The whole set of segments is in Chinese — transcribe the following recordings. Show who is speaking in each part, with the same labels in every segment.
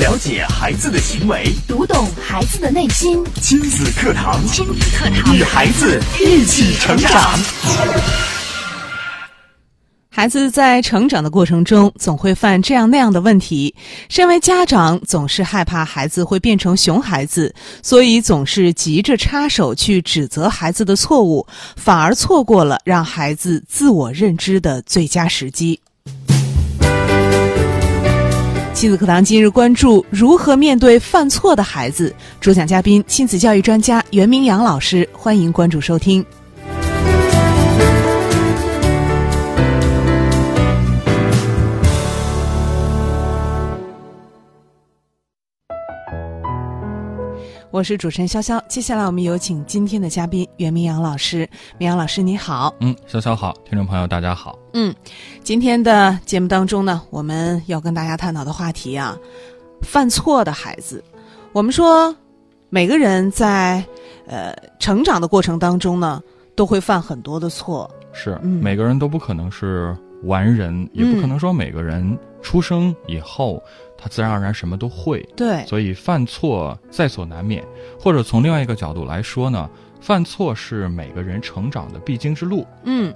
Speaker 1: 了解孩子的行为，
Speaker 2: 读懂孩子的内心，
Speaker 1: 亲子课堂，
Speaker 2: 亲子课堂
Speaker 1: 与孩子一起成长。
Speaker 3: 孩子在成长的过程中，总会犯这样那样的问题。身为家长，总是害怕孩子会变成熊孩子，所以总是急着插手去指责孩子的错误，反而错过了让孩子自我认知的最佳时机。亲子课堂今日关注：如何面对犯错的孩子？主讲嘉宾：亲子教育专家袁明阳老师。欢迎关注收听。我是主持人潇潇，接下来我们有请今天的嘉宾袁明阳老师。明阳老师，你好。
Speaker 4: 嗯，潇潇好，听众朋友大家好。
Speaker 3: 嗯，今天的节目当中呢，我们要跟大家探讨的话题啊，犯错的孩子。我们说，每个人在呃成长的过程当中呢，都会犯很多的错。
Speaker 4: 是、
Speaker 3: 嗯
Speaker 4: 每个人都不可能是完人，也不可能说每个人出生以后他自然而然什么都会，
Speaker 3: 对，
Speaker 4: 所以犯错在所难免。或者从另外一个角度来说呢，犯错是每个人成长的必经之路。
Speaker 3: 嗯，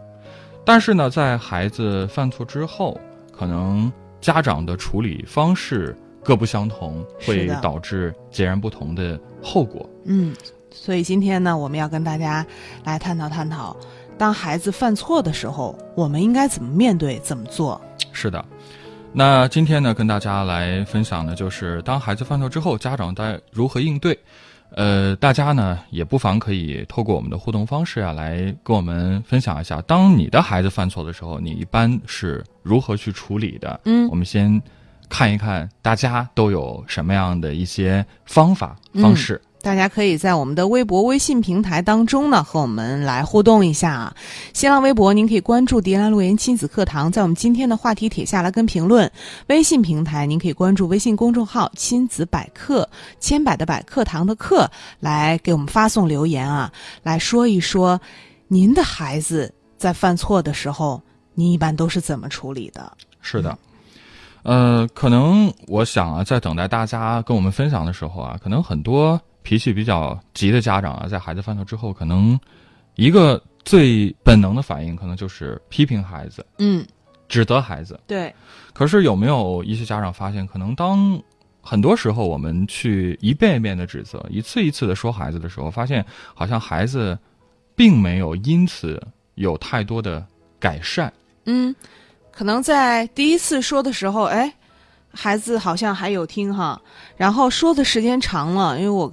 Speaker 4: 但是呢，在孩子犯错之后，可能家长的处理方式各不相同，
Speaker 3: 是
Speaker 4: 会
Speaker 3: 的
Speaker 4: 导致截然不同的后果。
Speaker 3: 嗯，所以今天呢，我们要跟大家来探讨探讨，当孩子犯错的时候，我们应该怎么面对，怎么做？
Speaker 4: 是的，那今天呢，跟大家来分享的就是当孩子犯错之后，家长该如何应对。呃，大家呢也不妨可以透过我们的互动方式啊，来跟我们分享一下，当你的孩子犯错的时候，你一般是如何去处理的？
Speaker 3: 嗯
Speaker 4: 我们先看一看大家都有什么样的一些方法
Speaker 3: 嗯
Speaker 4: 方式。
Speaker 3: 大家可以在我们的微博、微信平台当中呢，和我们来互动一下啊。新浪微博您可以关注“迪兰路言亲子课堂”，在我们今天的话题帖下来跟评论。微信平台您可以关注微信公众号“亲子百科”，千百的百课堂的课，来给我们发送留言啊，来说一说您的孩子在犯错的时候，您一般都是怎么处理的？
Speaker 4: 是的，呃，可能我想啊，在等待大家跟我们分享的时候啊，可能很多脾气比较急的家长啊，在孩子犯错之后，可能一个最本能的反应，可能就是批评孩子、
Speaker 3: 嗯，
Speaker 4: 指责孩子。
Speaker 3: 对，
Speaker 4: 可是有没有一些家长发现，可能当很多时候我们去一遍一遍的指责，一次一次的说孩子的时候，发现好像孩子并没有因此有太多的改善。
Speaker 3: 嗯，可能在第一次说的时候，哎，孩子好像还有听哈，然后说的时间长了，因为我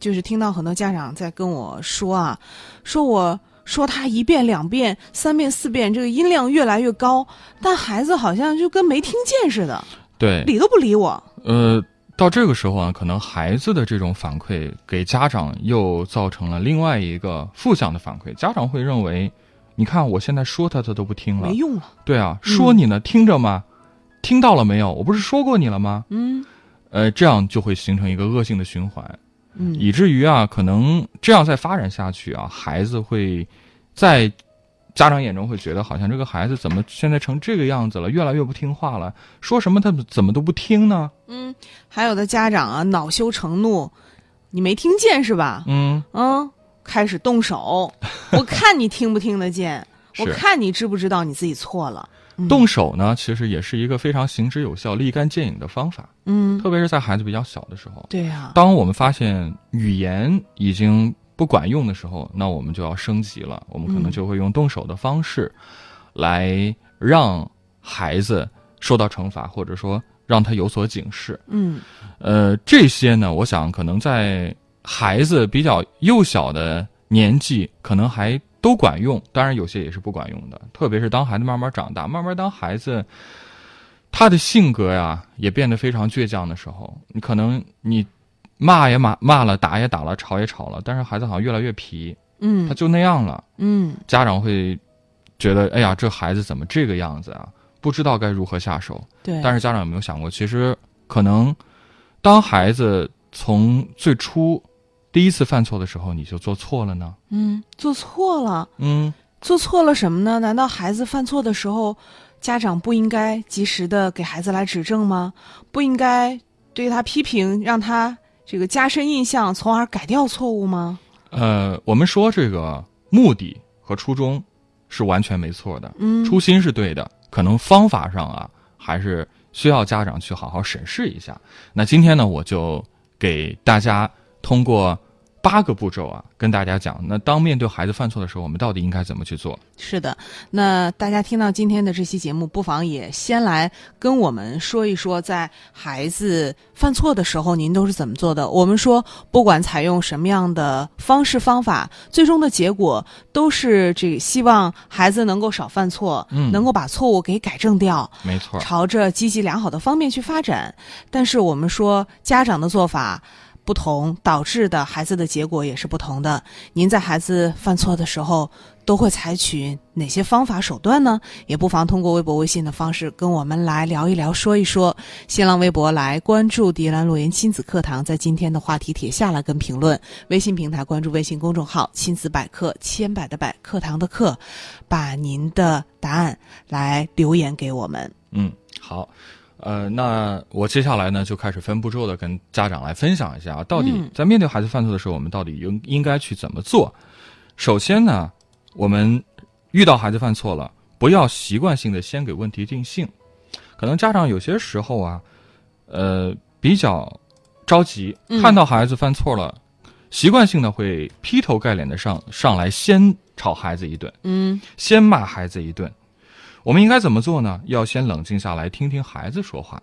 Speaker 3: 就是听到很多家长在跟我说啊，说我说他一遍、两遍、三遍、四遍，这个音量越来越高，但孩子好像就跟没听见似的，
Speaker 4: 对，
Speaker 3: 理都不理我。
Speaker 4: 呃，到这个时候啊，可能孩子的这种反馈给家长又造成了另外一个负向的反馈，家长会认为，你看我现在说他，他都不听了
Speaker 3: 没。用了，
Speaker 4: 对啊，说你呢，听着吗？听到了没有？我不是说过你了吗？
Speaker 3: 嗯
Speaker 4: 呃，这样就会形成一个恶性的循环，
Speaker 3: 嗯，
Speaker 4: 以至于啊，可能这样再发展下去啊，孩子会在家长眼中会觉得，好像这个孩子怎么现在成这个样子了，越来越不听话了，说什么他怎么都不听呢？
Speaker 3: 还有的家长啊，恼羞成怒，你没听见是吧？
Speaker 4: 嗯，
Speaker 3: 嗯，开始动 手，我看你听不听得见，
Speaker 4: 是
Speaker 3: 我看你知不知道你自己错了。嗯
Speaker 4: 动手呢，其实也是一个非常行之有效、立竿见影的方法，
Speaker 3: 嗯，
Speaker 4: 特别是在孩子比较小的时候。
Speaker 3: 对啊呀、
Speaker 4: 当我们发现语言已经不管用的时候，那我们就要升级了，我们可能
Speaker 3: 嗯
Speaker 4: 就会用动手的方式，来让孩子受到惩罚，或者说让他有所警示。
Speaker 3: 嗯
Speaker 4: 呃，这些呢，我想可能在孩子比较幼小的年纪，可能还都管用，当然有些也是不管用的。特别是当孩子慢慢长大，慢慢当孩子他的性格呀也变得非常倔强的时候，你可能你骂也骂骂了，打也打了，吵也吵了，但是孩子好像越来越皮，他
Speaker 3: 嗯
Speaker 4: 就那样了。
Speaker 3: 嗯，
Speaker 4: 家长会觉得，哎呀，这孩子怎么这个样子啊？不知道该如何下手。
Speaker 3: 对，
Speaker 4: 但是家长有没有想过，其实可能当孩子从最初第一次犯错的时候，你就做错了呢？
Speaker 3: 嗯做错了，
Speaker 4: 嗯，
Speaker 3: 做错了什么呢？难道孩子犯错的时候，家长不应该及时的给孩子来指正吗？不应该对他批评，让他这个加深印象，从而改掉错误吗？
Speaker 4: 呃，我们说这个目的和初衷是完全没错的，
Speaker 3: 嗯
Speaker 4: 初心是对的，可能方法上啊，还是需要家长去好好审视一下。那今天呢，我就给大家通过八个步骤啊，跟大家讲，那当面对孩子犯错的时候，我们到底应该怎么去做？
Speaker 3: 是的，那大家听到今天的这期节目，不妨也先来跟我们说一说，在孩子犯错的时候，您都是怎么做的？我们说，不管采用什么样的方式方法，最终的结果都是这希望孩子能够少犯错，
Speaker 4: 嗯
Speaker 3: 能够把错误给改正掉。
Speaker 4: 没错，
Speaker 3: 朝着积极良好的方面去发展。但是我们说，家长的做法不同，导致的孩子的结果也是不同的。您在孩子犯错的时候，都会采取哪些方法手段呢？也不妨通过微博、微信的方式跟我们来聊一聊，说一说。新浪微博来关注“迪兰路言亲子课堂”，在今天的话题帖下来跟评论。微信平台关注微信公众号“亲子百科”，千百的百，课堂的课，把您的答案来留言给我们。
Speaker 4: 嗯，好，呃，那我接下来呢就开始分步骤的跟家长来分享一下啊，到底
Speaker 3: 嗯
Speaker 4: 在面对孩子犯错的时候，我们到底应应该去怎么做？首先呢，我们遇到孩子犯错了，不要习惯性的先给问题定性，可能家长有些时候啊，呃，比较着急，
Speaker 3: 嗯
Speaker 4: 看到孩子犯错了，习惯性的会劈头盖脸的上上来先吵孩子一顿。
Speaker 3: 嗯
Speaker 4: 先骂孩子一顿。我们应该怎么做呢？要先冷静下来，听听孩子说话，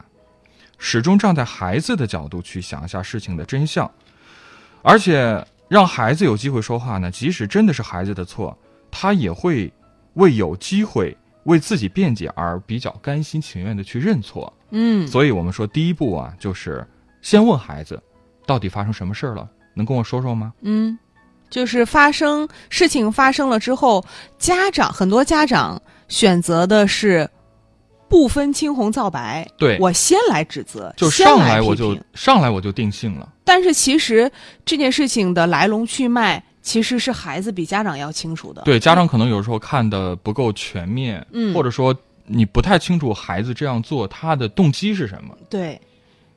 Speaker 4: 始终站在孩子的角度去想一下事情的真相，而且让孩子有机会说话呢。即使真的是孩子的错，他也会为有机会为自己辩解而比较甘心情愿的去认错。
Speaker 3: 嗯
Speaker 4: 所以我们说，第一步啊，就是先问孩子，到底发生什么事儿了？能跟我说说吗？
Speaker 3: 嗯，就是发生事情发生了之后，家长很多家长选择的是不分青红皂白，
Speaker 4: 对，
Speaker 3: 我先来指责，
Speaker 4: 就
Speaker 3: 先
Speaker 4: 上
Speaker 3: 来
Speaker 4: 来我
Speaker 3: 批评
Speaker 4: 就上来我就定性了。
Speaker 3: 但是其实这件事情的来龙去脉，其实是孩子比家长要清楚的。，
Speaker 4: 对，家长可能有时候看的不够全面，
Speaker 3: 嗯
Speaker 4: 或者说你不太清楚孩子这样做他的动机是什么。
Speaker 3: 对，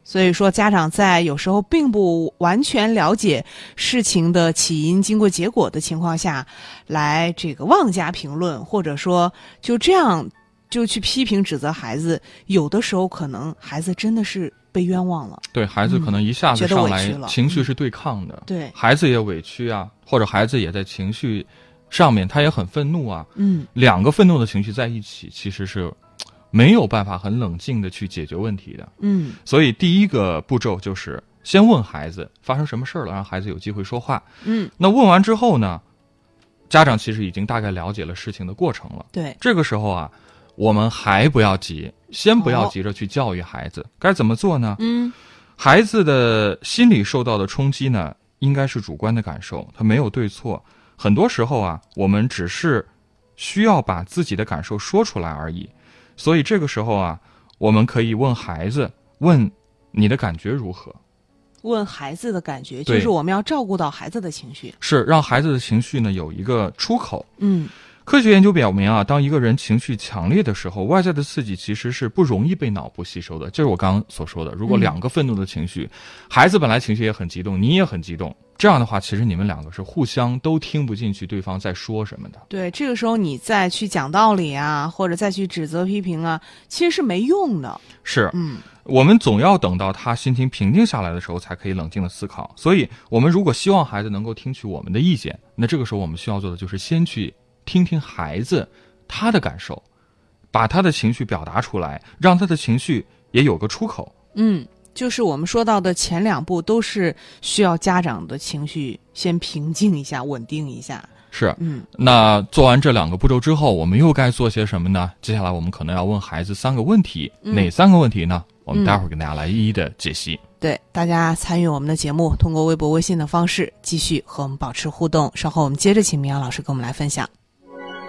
Speaker 3: 所以说家长在有时候并不完全了解事情的起因、经过、结果的情况下，来这个妄加评论，或者说就这样就去批评指责孩子，有的时候可能孩子真的是被冤枉了。
Speaker 4: 对孩子可能一下
Speaker 3: 嗯
Speaker 4: 子
Speaker 3: 觉得
Speaker 4: 上
Speaker 3: 委
Speaker 4: 来
Speaker 3: 屈了
Speaker 4: 情绪是对抗的，
Speaker 3: 对，
Speaker 4: 孩子也委屈啊，或者孩子也在情绪上面他也很愤怒啊，
Speaker 3: 嗯，
Speaker 4: 两个愤怒的情绪在一起其实是没有办法很冷静的去解决问题的。
Speaker 3: 嗯，
Speaker 4: 所以第一个步骤就是先问孩子发生什么事儿了，让孩子有机会说话。
Speaker 3: 嗯，
Speaker 4: 那问完之后呢，家长其实已经大概了解了事情的过程了。
Speaker 3: 对，
Speaker 4: 这个时候啊，我们还不要急，先不要急着去教育孩子，该怎么做呢？
Speaker 3: 嗯，
Speaker 4: 孩子的心理受到的冲击呢，应该是主观的感受，他没有对错。很多时候啊，我们只是需要把自己的感受说出来而已。所以这个时候啊，我们可以问孩子：问你的感觉如何？
Speaker 3: 问孩子的感觉，
Speaker 4: 对
Speaker 3: 就是我们要照顾到孩子的情绪。
Speaker 4: 是让孩子的情绪呢有一个出口。
Speaker 3: 嗯，
Speaker 4: 科学研究表明啊，当一个人情绪强烈的时候，外在的刺激其实是不容易被脑部吸收的。就是我刚刚所说的，如果
Speaker 3: 嗯
Speaker 4: 两个愤怒的情绪，孩子本来情绪也很激动，你也很激动，这样的话，其实你们两个是互相都听不进去对方在说什么的。
Speaker 3: 对，这个时候你再去讲道理啊，或者再去指责批评啊，其实是没用的。
Speaker 4: 是
Speaker 3: 嗯。
Speaker 4: 我们总要等到他心情平静下来的时候，才可以冷静的思考。所以，我们如果希望孩子能够听取我们的意见，那这个时候我们需要做的就是先去听听孩子他的感受，把他的情绪表达出来，让他的情绪也有个出口。
Speaker 3: 嗯，就是我们说到的前两步都是需要家长的情绪先平静一下、稳定一下。
Speaker 4: 是，
Speaker 3: 嗯
Speaker 4: 那做完这两个步骤之后，我们又该做些什么呢？接下来我们可能要问孩子三个问题，
Speaker 3: 嗯
Speaker 4: 哪三个问题呢？我
Speaker 3: 嗯
Speaker 4: 们待会儿给大家来一一的解析。
Speaker 3: 对，大家参与我们的节目，通过微博、微信的方式继续和我们保持互动。稍后我们接着请明阳老师跟我们来分享。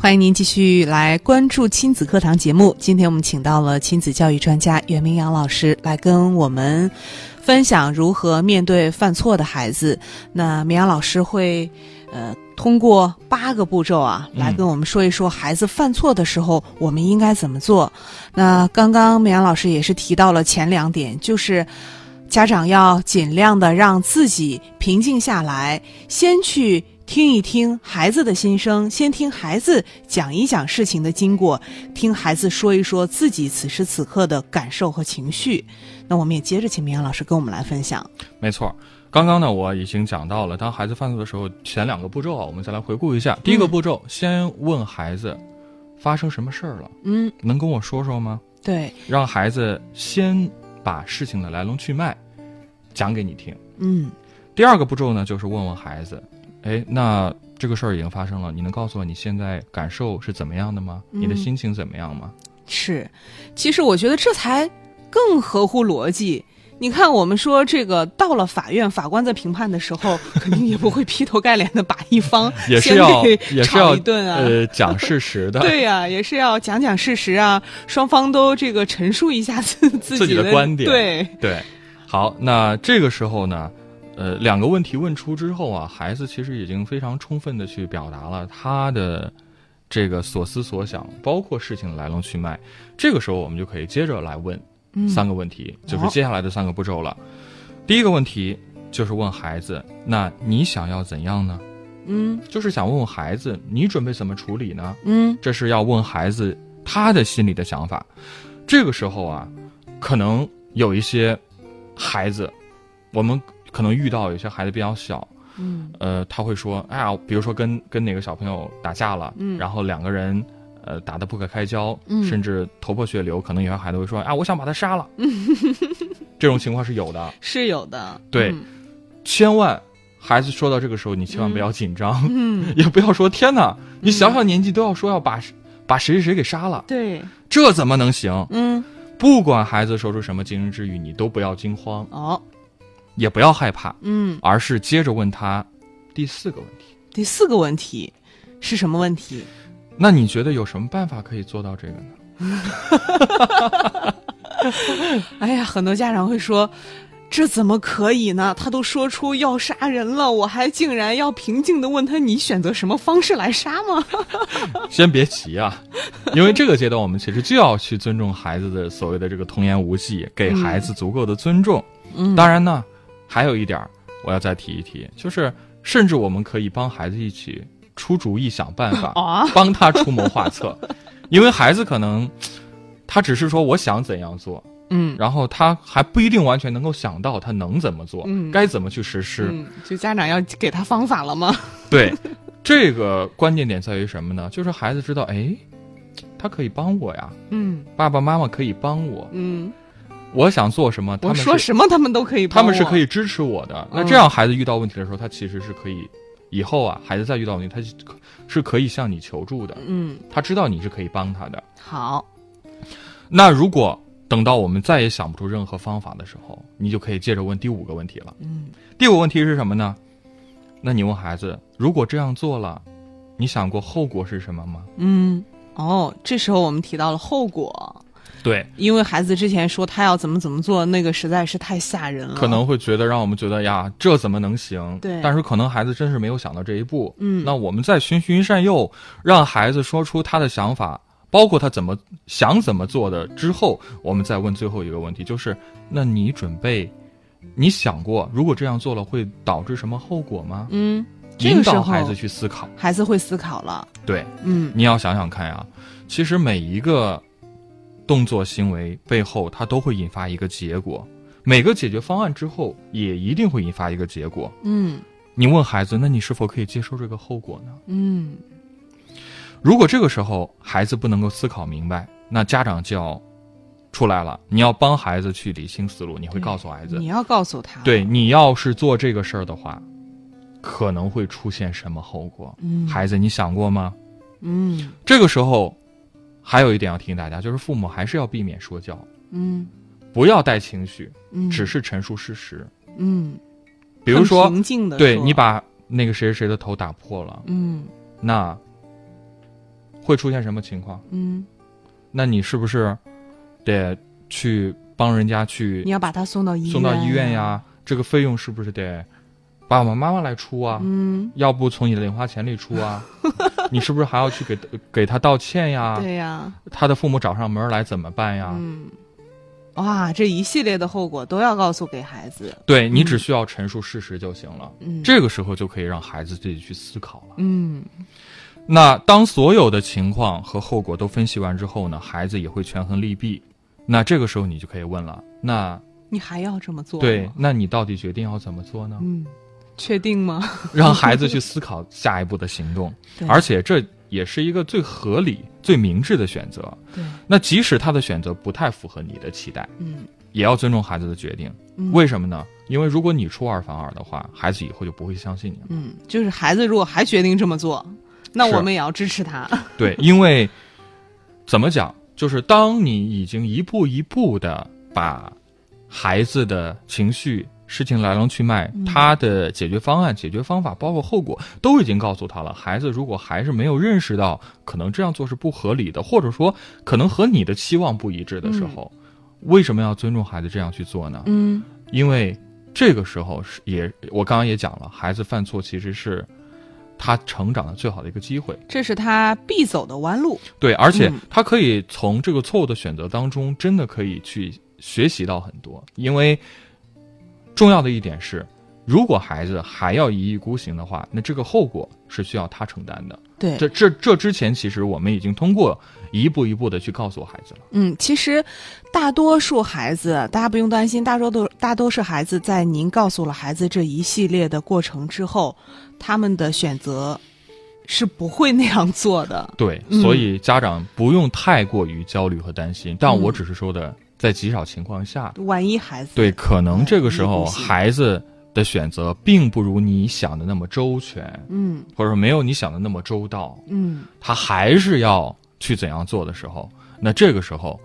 Speaker 3: 欢迎您继续来关注亲子课堂节目。今天我们请到了亲子教育专家袁明阳老师来跟我们分享如何面对犯错的孩子。那明阳老师会呃通过八个步骤啊，来跟我们说一说孩子犯错的时候我们应该怎么做。那刚刚明阳老师也是提到了前两点，就是。家长要尽量的让自己平静下来，先去听一听孩子的心声，先听孩子讲一讲事情的经过，听孩子说一说自己此时此刻的感受和情绪。那我们也接着请明阳老师跟我们来分享。
Speaker 4: 没错，刚刚呢我已经讲到了，当孩子犯错的时候，前两个步骤啊，我们再来回顾一下。第一个步骤，先问孩子发生什么事儿了，
Speaker 3: 嗯，
Speaker 4: 能跟我说说吗？
Speaker 3: 对，
Speaker 4: 让孩子先把事情的来龙去脉讲给你听。
Speaker 3: 嗯
Speaker 4: 第二个步骤呢，就是问问孩子，哎，那这个事儿已经发生了，你能告诉我你现在感受是怎么样的吗？
Speaker 3: 嗯
Speaker 4: 你的心情怎么样吗？
Speaker 3: 是，其实我觉得这才更合乎逻辑。你看，我们说这个到了法院，法官在评判的时候，肯定也不会劈头盖脸的把一方
Speaker 4: 也是
Speaker 3: 先
Speaker 4: 要
Speaker 3: 给
Speaker 4: 也是
Speaker 3: 吵
Speaker 4: 要
Speaker 3: 一顿啊。
Speaker 4: 呃讲事实 的，
Speaker 3: 对呀、也是要讲讲事实啊，双方都这个陈述一下自 自
Speaker 4: 自
Speaker 3: 己
Speaker 4: 己的观点
Speaker 3: 对，
Speaker 4: 对，好，那这个时候呢，呃，两个问题问出之后啊，孩子其实已经非常充分的去表达了他的这个所思所想，包括事情的来龙去脉。这个时候，我们就可以接着来问三个问题，就
Speaker 3: 嗯
Speaker 4: 是
Speaker 3: 好
Speaker 4: 接下来的三个步骤了。第一个问题就是问孩子，那你想要怎样呢？
Speaker 3: 嗯
Speaker 4: 就是想问问孩子，你准备怎么处理呢？
Speaker 3: 嗯
Speaker 4: 这是要问孩子他的心里的想法。这个时候啊，可能有一些孩子，我们可能遇到有些孩子比较小，
Speaker 3: 嗯
Speaker 4: 呃，他会说，哎呀，比如说跟跟哪个小朋友打架了，
Speaker 3: 嗯
Speaker 4: 然后两个人。呃，打得不可开交，
Speaker 3: 嗯
Speaker 4: 甚至头破血流，可能有些孩子会说：“啊，我想把他杀了。这种情况是有的，
Speaker 3: 是有的，
Speaker 4: 对
Speaker 3: 嗯
Speaker 4: 千万孩子说到这个时候，你千万不要紧张，
Speaker 3: 嗯
Speaker 4: 也不要说天哪，你小小年纪都要说要把、把谁谁谁给杀了，
Speaker 3: 对，
Speaker 4: 这怎么能行？
Speaker 3: 嗯
Speaker 4: 不管孩子说出什么惊人之语，你都不要惊慌，
Speaker 3: 哦
Speaker 4: 也不要害怕，
Speaker 3: 嗯，
Speaker 4: 而是接着问他第四个问题。
Speaker 3: 第四个问题是什么问题？
Speaker 4: 那你觉得有什么办法可以做到这个呢？
Speaker 3: 哎呀，很多家长会说。这怎么可以呢？他都说出要杀人了，我还竟然要平静的问他：“你选择什么方式来杀 吗
Speaker 4: 先别急啊，因为这个阶段我们其实就要去尊重孩子的所谓的这个童言无忌，给孩子足够的尊重。
Speaker 3: 嗯
Speaker 4: 当然呢，还有一点儿我要再提一提，就是甚至我们可以帮孩子一起出主意、想办法，
Speaker 3: 啊
Speaker 4: 帮他出谋划策，因为孩子可能他只是说我想怎样做，？”
Speaker 3: 嗯
Speaker 4: 然后他还不一定完全能够想到他能怎么做，
Speaker 3: 嗯
Speaker 4: 该怎么去实施。
Speaker 3: 嗯，就家长要给他方法了吗？
Speaker 4: 对，这个关键点在于什么呢？就是孩子知道，哎，他可以帮我呀，
Speaker 3: 嗯
Speaker 4: 爸爸妈妈可以帮我，
Speaker 3: 嗯，
Speaker 4: 我想做什么，他
Speaker 3: 我
Speaker 4: 们
Speaker 3: 说
Speaker 4: 是
Speaker 3: 什么他们都可以帮
Speaker 4: 他
Speaker 3: 我，
Speaker 4: 们是可以支持我的。那
Speaker 3: 嗯
Speaker 4: 这样孩子遇到问题的时候，他其实是可以，以后啊，孩子再遇到问题，他是可是可以向你求助的，
Speaker 3: 嗯，
Speaker 4: 他知道你是可以帮他的。
Speaker 3: 好，
Speaker 4: 那如果等到我们再也想不出任何方法的时候，你就可以接着问第五个问题了。
Speaker 3: 嗯
Speaker 4: 第五个问题是什么呢？那你问孩子，如果这样做了，你想过后果是什么吗？
Speaker 3: 嗯，哦，这时候我们提到了后果，
Speaker 4: 对，
Speaker 3: 因为孩子之前说他要怎么怎么做，那个实在是太吓人了，
Speaker 4: 可能会觉得让我们觉得呀，这怎么能行？
Speaker 3: 嗯对
Speaker 4: 但是可能孩子真是没有想到这一步。
Speaker 3: 嗯
Speaker 4: 那我们再循循善诱，让孩子说出他的想法，包括他怎么想怎么做的之后，我们再问最后一个问题，就是那你准备，你想过如果这样做了会导致什么后果吗？
Speaker 3: 嗯，这
Speaker 4: 引
Speaker 3: 个时候
Speaker 4: 导孩子去思考。
Speaker 3: 孩子会思考了，
Speaker 4: 对，
Speaker 3: 嗯
Speaker 4: 你要想想看呀、其实每一个动作行为背后，它都会引发一个结果。每个解决方案之后，也一定会引发一个结果。
Speaker 3: 嗯
Speaker 4: 你问孩子，那你是否可以接受这个后果呢？
Speaker 3: 嗯
Speaker 4: 如果这个时候孩子不能够思考明白，那家长就要出来了。你要帮孩子去理清思路，你会告诉孩子
Speaker 3: 嗯你，要告诉他，
Speaker 4: 对，你要是做这个事儿的话，可能会出现什么后果？
Speaker 3: 嗯
Speaker 4: 孩子，你想过吗？
Speaker 3: 嗯
Speaker 4: 这个时候，还有一点要提醒大家，就是父母还是要避免说教，
Speaker 3: 嗯
Speaker 4: 不要带情绪，
Speaker 3: 嗯，
Speaker 4: 只是陈述事实。
Speaker 3: 嗯，
Speaker 4: 比如
Speaker 3: 很
Speaker 4: 说，
Speaker 3: 平静嗯的，
Speaker 4: 对你把那个谁谁谁的头打破了，
Speaker 3: 嗯
Speaker 4: 那会出现什么情况？
Speaker 3: 嗯，
Speaker 4: 那你是不是得去帮人家去
Speaker 3: 你要把他送到医院，啊
Speaker 4: 送到医院，呀？
Speaker 3: 嗯
Speaker 4: 这个费用是不是得爸爸妈妈来出啊？
Speaker 3: 嗯，
Speaker 4: 要不从你的零花钱里出 啊？你是不是还要去给给他道歉呀？
Speaker 3: 对呀，
Speaker 4: 他的父母找上门来怎么办呀？
Speaker 3: 嗯，哇，这一系列的后果都要告诉给孩子，
Speaker 4: 对你只需要陈述事实就行了。
Speaker 3: 嗯，，
Speaker 4: 这个时候就可以让孩子自己去思考了。
Speaker 3: 嗯
Speaker 4: 那当所有的情况和后果都分析完之后呢，孩子也会权衡利弊。那这个时候你就可以问了：那
Speaker 3: 你还要这么做？
Speaker 4: 对，，那你到底决定要怎么做呢？
Speaker 3: 嗯，确定吗？
Speaker 4: 让孩子去思考 下一步的行动
Speaker 3: 对，
Speaker 4: 而且这也是一个最合理、最明智的选择。
Speaker 3: 对，
Speaker 4: 那即使他的选择不太符合你的期待，
Speaker 3: 嗯
Speaker 4: 也要尊重孩子的决定。
Speaker 3: 嗯
Speaker 4: 为什么呢？因为如果你出尔反尔的话，孩子以后就不会相信你了。
Speaker 3: 嗯，就是孩子如果还决定这么做，那
Speaker 4: 是
Speaker 3: 我们也要支持他。
Speaker 4: 对，因为怎么讲，就是当你已经一步一步的把孩子的情绪、事情来龙去脉、他的解决方案、解决方法，包括后果，都已经告诉他了。孩子如果还是没有认识到可能这样做是不合理的，或者说可能和你的期望不一致的时候，为什么要尊重孩子这样去做呢？
Speaker 3: 嗯
Speaker 4: 因为这个时候是也，我刚刚也讲了，孩子犯错其实是他成长的最好的一个机会。
Speaker 3: 这是他必走的弯路。
Speaker 4: 对，而且
Speaker 3: 嗯
Speaker 4: 他可以从这个错误的选择当中，真的可以去学习到很多。因为重要的一点是，如果孩子还要一意孤行的话，那这个后果是需要他承担的。
Speaker 3: 对
Speaker 4: 这这这之前，其实我们已经通过一步一步的去告诉孩子了。
Speaker 3: 嗯，其实大多数孩子，大家不用担心，大多都大多数孩子在您告诉了孩子这一系列的过程之后，他们的选择是不会那样做的。
Speaker 4: 对，
Speaker 3: 嗯
Speaker 4: 所以家长不用太过于焦虑和担心。但我
Speaker 3: 嗯
Speaker 4: 只是说的，在极少情况下，
Speaker 3: 万一孩子
Speaker 4: 对，可能这个时
Speaker 3: 一意
Speaker 4: 候
Speaker 3: 孤行
Speaker 4: 孩子的选择并不如你想的那么周全。
Speaker 3: 嗯
Speaker 4: 或者说没有你想的那么周到，
Speaker 3: 嗯
Speaker 4: 他还是要去怎样做的时候，那这个时候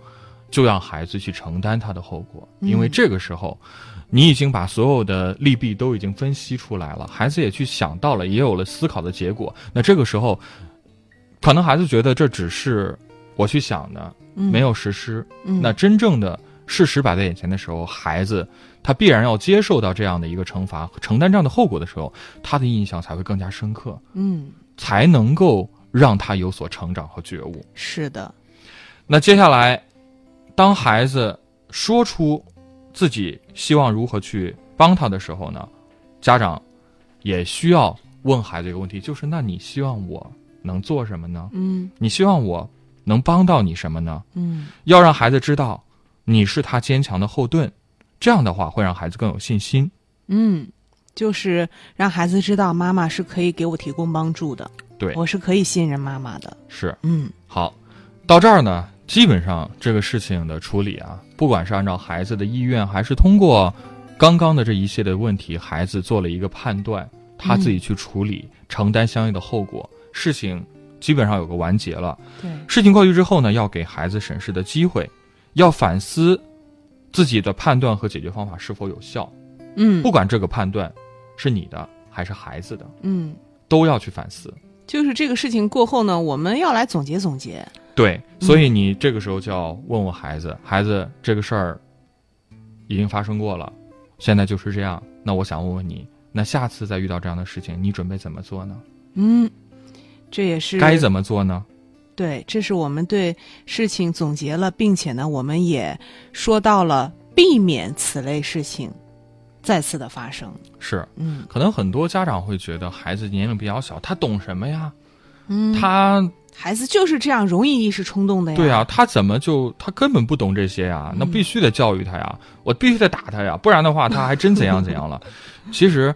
Speaker 4: 就让孩子去承担他的后果，
Speaker 3: 嗯
Speaker 4: 因为这个时候你已经把所有的利弊都已经分析出来了，孩子也去想到了，也有了思考的结果。那这个时候，可能孩子觉得这只是我去想的，
Speaker 3: 嗯，
Speaker 4: 没有实施。
Speaker 3: 嗯
Speaker 4: 那真正的事实摆在眼前的时候，孩子他必然要接受到这样的一个惩罚，承担这样的后果的时候，他的印象才会更加深刻。
Speaker 3: 嗯
Speaker 4: 才能够让他有所成长和觉悟。
Speaker 3: 是的，
Speaker 4: 那接下来，当孩子说出自己希望如何去帮他的时候呢，家长也需要问孩子一个问题，就是那你希望我能做什么呢？
Speaker 3: 嗯
Speaker 4: 你希望我能帮到你什么呢？
Speaker 3: 嗯
Speaker 4: 要让孩子知道你是他坚强的后盾，这样的话会让孩子更有信心。
Speaker 3: 嗯，就是让孩子知道妈妈是可以给我提供帮助的，
Speaker 4: 对
Speaker 3: 我是可以信任妈妈的。
Speaker 4: 是，
Speaker 3: 嗯
Speaker 4: 好，到这儿呢，基本上这个事情的处理啊，不管是按照孩子的意愿，还是通过刚刚的这一系列问题，孩子做了一个判断，他自己去处理，承担相应的后果，事情基本上有个完结了。
Speaker 3: 对，
Speaker 4: 事情过去之后呢，要给孩子审视的机会，要反思自己的判断和解决方法是否有效。
Speaker 3: 嗯
Speaker 4: 不管这个判断是你的还是孩子的，
Speaker 3: 嗯。
Speaker 4: 都要去反思。
Speaker 3: 就是这个事情过后呢，我们要来总结总结。
Speaker 4: 对，所以你这个时候就要问问孩子，孩子这个事儿已经发生过了，现在就是这样。那我想问问你，那下次再遇到这样的事情，你准备怎么做呢？
Speaker 3: 嗯，这也是
Speaker 4: 该怎么做呢？
Speaker 3: 对，这是我们对事情总结了，并且呢，我们也说到了避免此类事情再次的发生。
Speaker 4: 是，
Speaker 3: 嗯
Speaker 4: 可能很多家长会觉得孩子年龄比较小，他懂什么呀？
Speaker 3: 嗯，
Speaker 4: 他
Speaker 3: 孩子就是这样，容易一时冲动的呀。
Speaker 4: 对啊，，他怎么就他根本不懂这些呀？那必须得教育他呀，我必须得打他呀，不然的话他还真怎样怎样了。其实，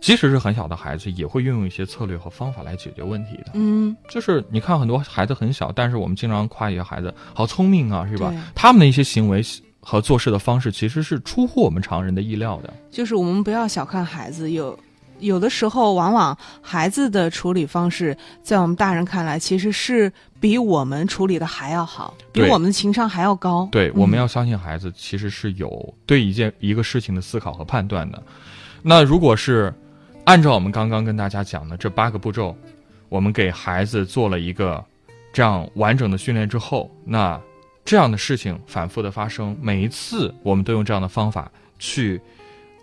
Speaker 4: 即使是很小的孩子，也会运用一些策略和方法来解决问题的。
Speaker 3: 嗯，
Speaker 4: 就是你看很多孩子很小，但是我们经常夸一个孩子好聪明啊，是吧
Speaker 3: 对？
Speaker 4: 他们的一些行为和做事的方式，其实是出乎我们常人的意料的。
Speaker 3: 就是我们不要小看孩子，有有的时候，往往孩子的处理方式，在我们大人看来，其实是比我们处理的还要好，比
Speaker 4: 对
Speaker 3: 我们的情商还要高。
Speaker 4: 对，我们
Speaker 3: 嗯
Speaker 4: 要相信孩子其实是有对一件一个事情的思考和判断的。那如果是按照我们刚刚跟大家讲的这八个步骤，我们给孩子做了一个这样完整的训练之后，那这样的事情反复的发生，每一次我们都用这样的方法去，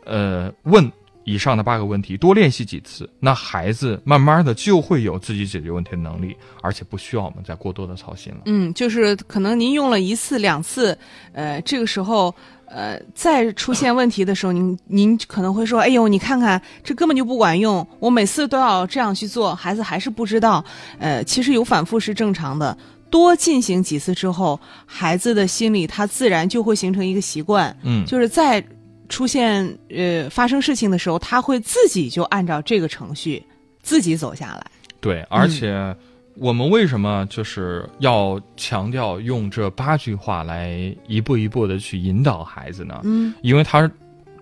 Speaker 4: 呃，问以上的八个问题，多练习几次，那孩子慢慢的就会有自己解决问题的能力，而且不需要我们再过多的操心了。
Speaker 3: 嗯，就是可能您用了一次两次，呃，这个时候，呃，再出现问题的时候，您您可能会说，哎呦，你看看这根本就不管用，我每次都要这样去做，孩子还是不知道。呃，其实有反复是正常的，多进行几次之后，孩子的心里他自然就会形成一个习惯，
Speaker 4: 嗯，
Speaker 3: 就是在出现呃发生事情的时候，他会自己就按照这个程序自己走下来。
Speaker 4: 对，而且我们为什么就是要强调用这八句话来一步一步的去引导孩子呢？
Speaker 3: 嗯，
Speaker 4: 因为它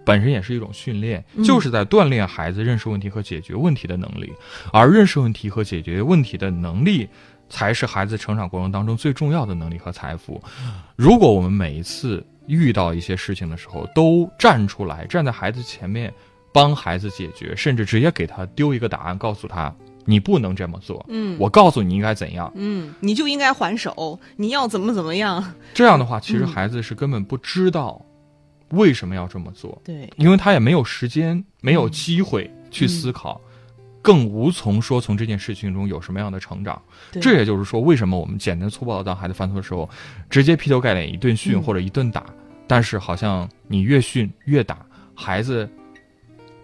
Speaker 4: 本身也是一种训练，就是在锻炼孩子认识问题和解决问题的能力，而认识问题和解决问题的能力。才是孩子成长过程当中最重要的能力和财富。如果我们每一次遇到一些事情的时候，都站出来，站在孩子前面，帮孩子解决，甚至直接给他丢一个答案，告诉他你不能这么做，
Speaker 3: 嗯
Speaker 4: 我告诉你应该怎样。
Speaker 3: 嗯，你就应该还手，你要怎么怎么样？
Speaker 4: 这样的话，其实孩子是根本不知道为什么要这么做，
Speaker 3: 对，
Speaker 4: 因为他也没有时间、没有机会去思考，更无从说从这件事情中有什么样的成长。
Speaker 3: 对
Speaker 4: 这也就是说，为什么我们简单粗暴的当孩子犯错的时候，直接劈头盖脸一顿训
Speaker 3: 嗯
Speaker 4: 或者一顿打，但是好像你越训越打，孩子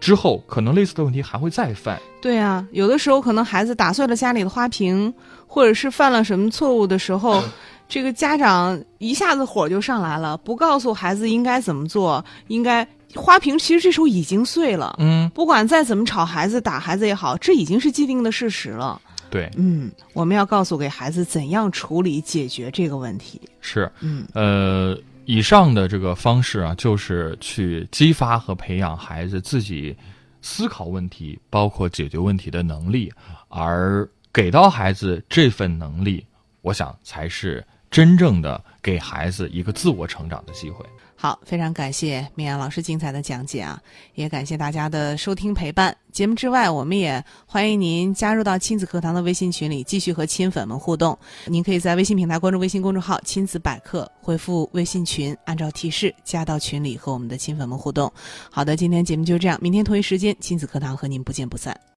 Speaker 4: 之后可能类似的问题还会再犯。
Speaker 3: 对啊，有的时候可能孩子打碎了家里的花瓶，或者是犯了什么错误的时
Speaker 4: 嗯
Speaker 3: 候，这个家长一下子火就上来了，不告诉孩子应该怎么做，应该花瓶其实这时候已经碎了，
Speaker 4: 嗯，
Speaker 3: 不管再怎么吵孩子、打孩子也好，这已经是既定的事实了。
Speaker 4: 对，
Speaker 3: 嗯，我们要告诉给孩子怎样处理解决这个问题。
Speaker 4: 是，
Speaker 3: 嗯
Speaker 4: 呃，以上的这个方式啊，就是去激发和培养孩子自己思考问题，包括解决问题的能力，而给到孩子这份能力，我想才是真正的给孩子一个自我成长的机会。
Speaker 3: 好，非常感谢明阳老师精彩的讲解啊，也感谢大家的收听陪伴。节目之外，我们也欢迎您加入到亲子课堂的微信群里，继续和亲粉们互动。您可以在微信平台关注微信公众号“亲子百科”，回复微信群，按照提示加到群里和我们的亲粉们互动。好的，今天节目就这样，明天同一时间亲子课堂和您不见不散。